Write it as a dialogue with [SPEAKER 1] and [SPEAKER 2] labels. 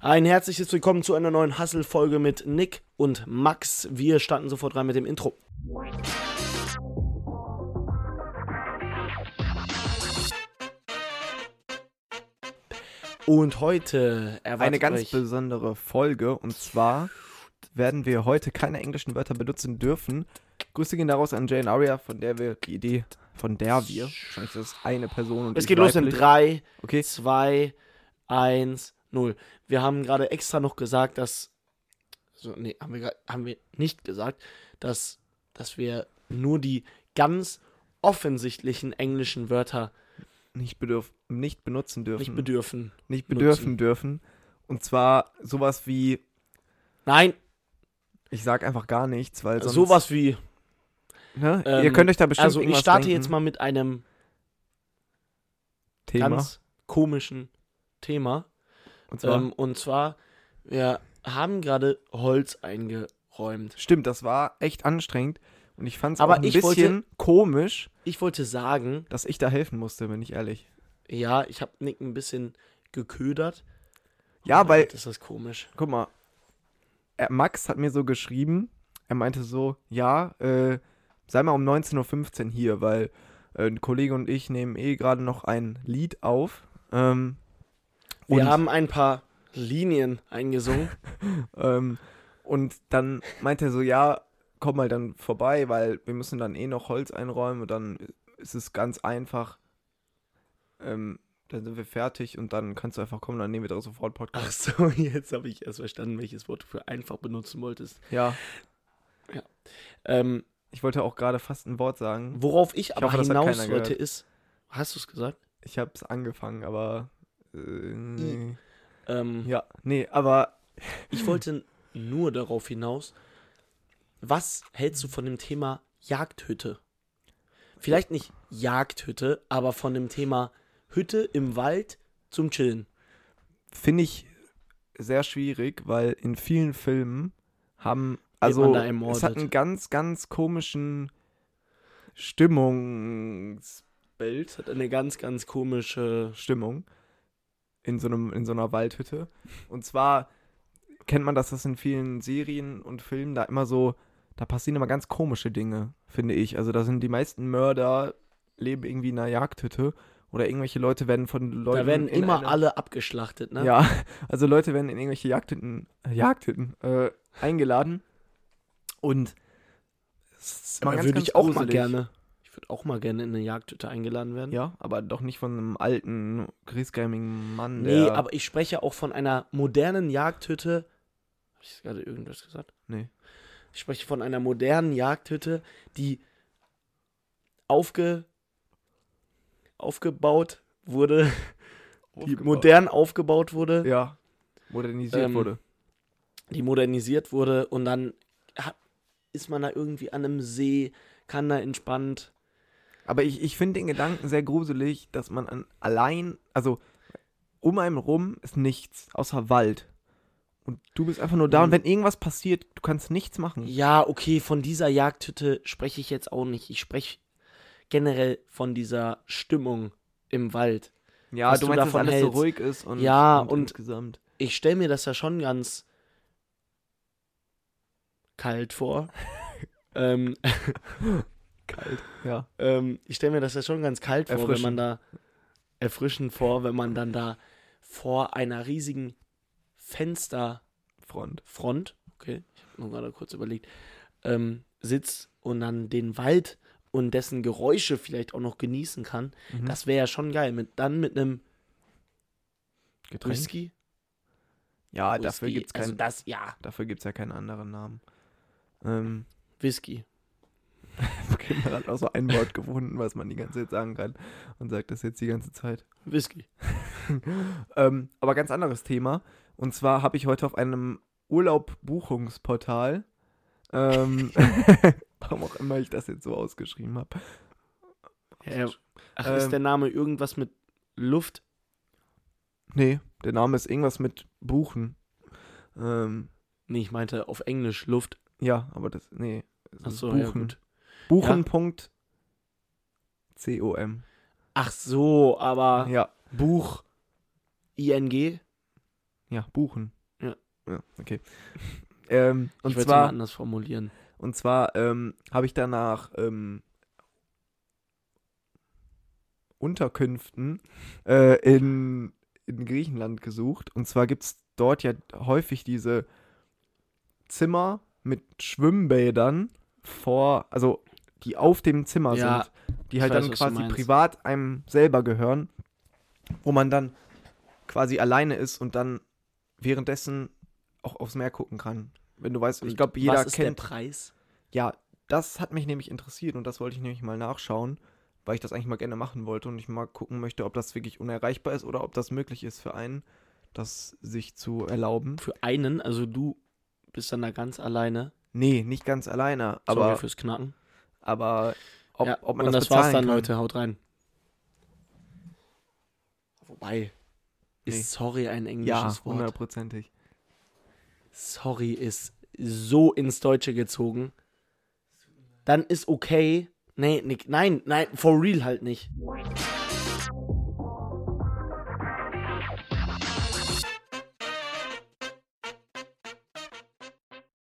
[SPEAKER 1] Ein herzliches Willkommen zu einer neuen Hustle-Folge mit Nick und Max. Wir starten sofort rein mit dem Intro. Und heute erwartet
[SPEAKER 2] Eine ganz
[SPEAKER 1] euch
[SPEAKER 2] besondere Folge und zwar werden wir heute keine englischen Wörter benutzen dürfen. Grüße gehen daraus an Jane Aria, von der wir die Idee, von der wir, wahrscheinlich ist das eine Person und
[SPEAKER 1] Es
[SPEAKER 2] ich
[SPEAKER 1] geht los in
[SPEAKER 2] weiblich.
[SPEAKER 1] 3,
[SPEAKER 2] Okay.
[SPEAKER 1] 2, 1, 0. Wir haben gerade extra noch gesagt, dass. So, nee, haben wir, gra- haben wir nicht gesagt, dass, dass wir nur die ganz offensichtlichen englischen Wörter
[SPEAKER 2] Nicht, bedürf, nicht benutzen dürfen.
[SPEAKER 1] nicht bedürfen.
[SPEAKER 2] nicht
[SPEAKER 1] nutzen.
[SPEAKER 2] bedürfen dürfen. Und zwar sowas wie,
[SPEAKER 1] Nein,
[SPEAKER 2] ich sag einfach gar nichts, weil sonst.
[SPEAKER 1] sowas wie.
[SPEAKER 2] Ne?
[SPEAKER 1] ähm,
[SPEAKER 2] Ihr könnt euch da bestimmt
[SPEAKER 1] Also, ich
[SPEAKER 2] irgendwas
[SPEAKER 1] starte
[SPEAKER 2] denken.
[SPEAKER 1] jetzt mal mit einem
[SPEAKER 2] Thema.
[SPEAKER 1] ganz komischen Thema.
[SPEAKER 2] und zwar,
[SPEAKER 1] Ähm, und zwar, wir haben gerade Holz eingeräumt.
[SPEAKER 2] stimmt, das war echt anstrengend. Und ich fand es
[SPEAKER 1] Aber
[SPEAKER 2] auch ein
[SPEAKER 1] ich wollte-
[SPEAKER 2] bisschen komisch,
[SPEAKER 1] Ich wollte sagen,
[SPEAKER 2] dass ich da helfen musste, wenn ich ehrlich.
[SPEAKER 1] Ja, ich hab Nick ein bisschen geködert.
[SPEAKER 2] Ja,
[SPEAKER 1] Oh,
[SPEAKER 2] weil-
[SPEAKER 1] Gott, Ist das komisch.
[SPEAKER 2] guck mal, er, Max hat mir so geschrieben, er meinte so, ja, äh, sei mal um 19.15 Uhr hier, weil äh, ein Kollege und ich nehmen eh gerade noch ein Lied auf. Ähm,
[SPEAKER 1] Wir
[SPEAKER 2] und,
[SPEAKER 1] haben ein paar Linien eingesungen.
[SPEAKER 2] ähm, und dann meinte er so, ja, komm mal dann vorbei, weil wir müssen dann eh noch Holz einräumen und dann ist es ganz einfach. Ähm, dann sind wir fertig und dann kannst du einfach kommen, dann nehmen wir da sofort Podcast.
[SPEAKER 1] Ach so, jetzt habe ich erst verstanden, welches Wort du für einfach benutzen wolltest.
[SPEAKER 2] Ja,
[SPEAKER 1] Ähm,
[SPEAKER 2] ich wollte auch gerade fast ein Wort sagen.
[SPEAKER 1] worauf ich aber
[SPEAKER 2] hoffe, das hat
[SPEAKER 1] hinaus
[SPEAKER 2] keiner
[SPEAKER 1] wollte
[SPEAKER 2] gehört.
[SPEAKER 1] ist, hast du es gesagt?
[SPEAKER 2] Ich hab's angefangen, aber. Äh,
[SPEAKER 1] Ähm,
[SPEAKER 2] ja, nee, aber
[SPEAKER 1] Ich wollte nur darauf hinaus, was hältst du von dem Thema Jagdhütte? Vielleicht nicht Jagdhütte, aber von dem Thema Hütte im Wald zum Chillen.
[SPEAKER 2] finde ich sehr schwierig, weil in vielen Filmen haben.
[SPEAKER 1] man
[SPEAKER 2] Also,
[SPEAKER 1] da
[SPEAKER 2] es hat
[SPEAKER 1] ermordet.
[SPEAKER 2] einen ganz, ganz komischen Stimmungs.
[SPEAKER 1] Welt hat eine ganz, ganz komische
[SPEAKER 2] Stimmung in so, einem, in so einer Waldhütte. Und zwar kennt man das, dass in vielen Serien und Filmen da immer so, da passieren immer ganz komische Dinge, finde ich. Also da sind die meisten Mörder, leben irgendwie in einer Jagdhütte oder irgendwelche Leute werden von Leuten.
[SPEAKER 1] Da werden
[SPEAKER 2] in
[SPEAKER 1] immer
[SPEAKER 2] einer,
[SPEAKER 1] alle abgeschlachtet, ne?
[SPEAKER 2] Ja, also Leute werden in irgendwelche Jagdhütten, Jagdhütten äh, eingeladen und es ist immer
[SPEAKER 1] Aber
[SPEAKER 2] ganz,
[SPEAKER 1] würde
[SPEAKER 2] ganz
[SPEAKER 1] ich auch mal
[SPEAKER 2] gruselig.
[SPEAKER 1] gerne. Ich würde auch mal gerne in eine Jagdhütte eingeladen werden.
[SPEAKER 2] Ja, aber doch nicht von einem alten, griesgrämigen Mann.
[SPEAKER 1] nee,
[SPEAKER 2] der-
[SPEAKER 1] aber ich spreche auch von einer modernen Jagdhütte. Habe ich jetzt gerade irgendwas gesagt?
[SPEAKER 2] Nee.
[SPEAKER 1] Ich spreche von einer modernen Jagdhütte, die aufge aufgebaut wurde, die
[SPEAKER 2] Aufgebaut.
[SPEAKER 1] modern aufgebaut wurde,
[SPEAKER 2] ja, modernisiert
[SPEAKER 1] Ähm,
[SPEAKER 2] wurde.
[SPEAKER 1] die modernisiert wurde und dann ha- ist man da irgendwie an einem See, kann da entspannt.
[SPEAKER 2] Aber ich, ich finde den Gedanken sehr gruselig, dass man an, allein, also um einem rum ist nichts außer Wald. Und du bist einfach nur da und
[SPEAKER 1] Mhm.
[SPEAKER 2] wenn irgendwas passiert, du kannst nichts machen.
[SPEAKER 1] Ja, okay, von dieser Jagdhütte spreche ich jetzt auch nicht. Ich spreche generell von dieser Stimmung im Wald.
[SPEAKER 2] Ja,
[SPEAKER 1] Was
[SPEAKER 2] du
[SPEAKER 1] du
[SPEAKER 2] meinst, dass
[SPEAKER 1] davon
[SPEAKER 2] alles so
[SPEAKER 1] hältst.
[SPEAKER 2] ruhig ist und,
[SPEAKER 1] Ja, und-
[SPEAKER 2] insgesamt.
[SPEAKER 1] Ich stelle mir das ja schon ganz kalt vor. ähm,
[SPEAKER 2] Kalt. Ja.
[SPEAKER 1] ähm, ich stelle mir das ja schon ganz kalt vor, wenn man
[SPEAKER 2] Erfrischend.
[SPEAKER 1] da erfrischend vor, wenn man dann da vor einer riesigen Fenster
[SPEAKER 2] Front.
[SPEAKER 1] Front, okay, ich habe nur gerade kurz überlegt, ähm, sitzt und dann den Wald und dessen Geräusche vielleicht auch noch genießen kann,
[SPEAKER 2] Mhm.
[SPEAKER 1] das wäre ja schon geil. Mit, dann mit einem
[SPEAKER 2] Getränk.
[SPEAKER 1] Whisky.
[SPEAKER 2] Ja,
[SPEAKER 1] Whisky,
[SPEAKER 2] Ah, dafür gibt's keinen.
[SPEAKER 1] Also das, ja,
[SPEAKER 2] dafür gibt's ja keinen anderen Namen. Ähm,
[SPEAKER 1] Whisky.
[SPEAKER 2] okay, man hat auch so ein Wort gefunden, was man die ganze Zeit sagen kann und sagt das jetzt die ganze Zeit.
[SPEAKER 1] Whisky.
[SPEAKER 2] Ähm, aber ganz anderes Thema. Und zwar habe ich heute auf einem Urlaubbuchungsportal, ähm, warum auch immer ich das jetzt so ausgeschrieben habe.
[SPEAKER 1] Ja, Oh ach,
[SPEAKER 2] Ähm,
[SPEAKER 1] ist der Name irgendwas mit Luft?
[SPEAKER 2] Nee, der Name ist irgendwas mit Buchen. Ähm,
[SPEAKER 1] Nee, ich meinte auf Englisch Luft.
[SPEAKER 2] ja, aber das, nee. es ist
[SPEAKER 1] Ach so, ja,
[SPEAKER 2] Also Buchen.
[SPEAKER 1] gut.
[SPEAKER 2] Buchen. Punkt .com.
[SPEAKER 1] Ah. Ach so, aber
[SPEAKER 2] Ja,
[SPEAKER 1] Buch ING?
[SPEAKER 2] Ja, buchen.
[SPEAKER 1] Ja.
[SPEAKER 2] Ja, okay. ähm, und,
[SPEAKER 1] ich würde es mal
[SPEAKER 2] zwar,
[SPEAKER 1] anders formulieren.
[SPEAKER 2] und zwar ähm, habe ich danach ähm, Unterkünften äh, in, in Griechenland gesucht. Und zwar gibt es dort ja häufig diese Zimmer mit Schwimmbädern vor, also die auf dem Zimmer
[SPEAKER 1] Ja,
[SPEAKER 2] sind, die
[SPEAKER 1] ich
[SPEAKER 2] halt
[SPEAKER 1] weiß,
[SPEAKER 2] dann
[SPEAKER 1] was du
[SPEAKER 2] quasi
[SPEAKER 1] meinst.
[SPEAKER 2] privat einem selber gehören, wo man dann quasi alleine ist und dann währenddessen auch aufs Meer gucken kann. Wenn du weißt, ich
[SPEAKER 1] Und
[SPEAKER 2] glaube, jeder
[SPEAKER 1] Was ist
[SPEAKER 2] kennt.
[SPEAKER 1] der Preis?
[SPEAKER 2] Ja, das hat mich nämlich interessiert und das wollte ich nämlich mal nachschauen, weil ich das eigentlich mal gerne machen wollte und ich mal gucken möchte, ob das wirklich unerreichbar ist oder ob das möglich ist für einen, das sich zu erlauben.
[SPEAKER 1] Für einen, also du bist dann da ganz alleine.
[SPEAKER 2] Nee, nicht ganz alleine,
[SPEAKER 1] Sorry
[SPEAKER 2] aber,
[SPEAKER 1] fürs Knacken.
[SPEAKER 2] aber ob,
[SPEAKER 1] Ja,
[SPEAKER 2] ob man
[SPEAKER 1] und
[SPEAKER 2] das,
[SPEAKER 1] das war's
[SPEAKER 2] bezahlen
[SPEAKER 1] dann,
[SPEAKER 2] kann.
[SPEAKER 1] Leute, haut rein. Wobei,
[SPEAKER 2] Nee.
[SPEAKER 1] ist sorry ein
[SPEAKER 2] Ja,
[SPEAKER 1] englisches Wort.
[SPEAKER 2] hundertprozentig.
[SPEAKER 1] Sorry ist so ins Deutsche gezogen. Dann ist okay. Nee, nee, nein, nein, for real halt nicht.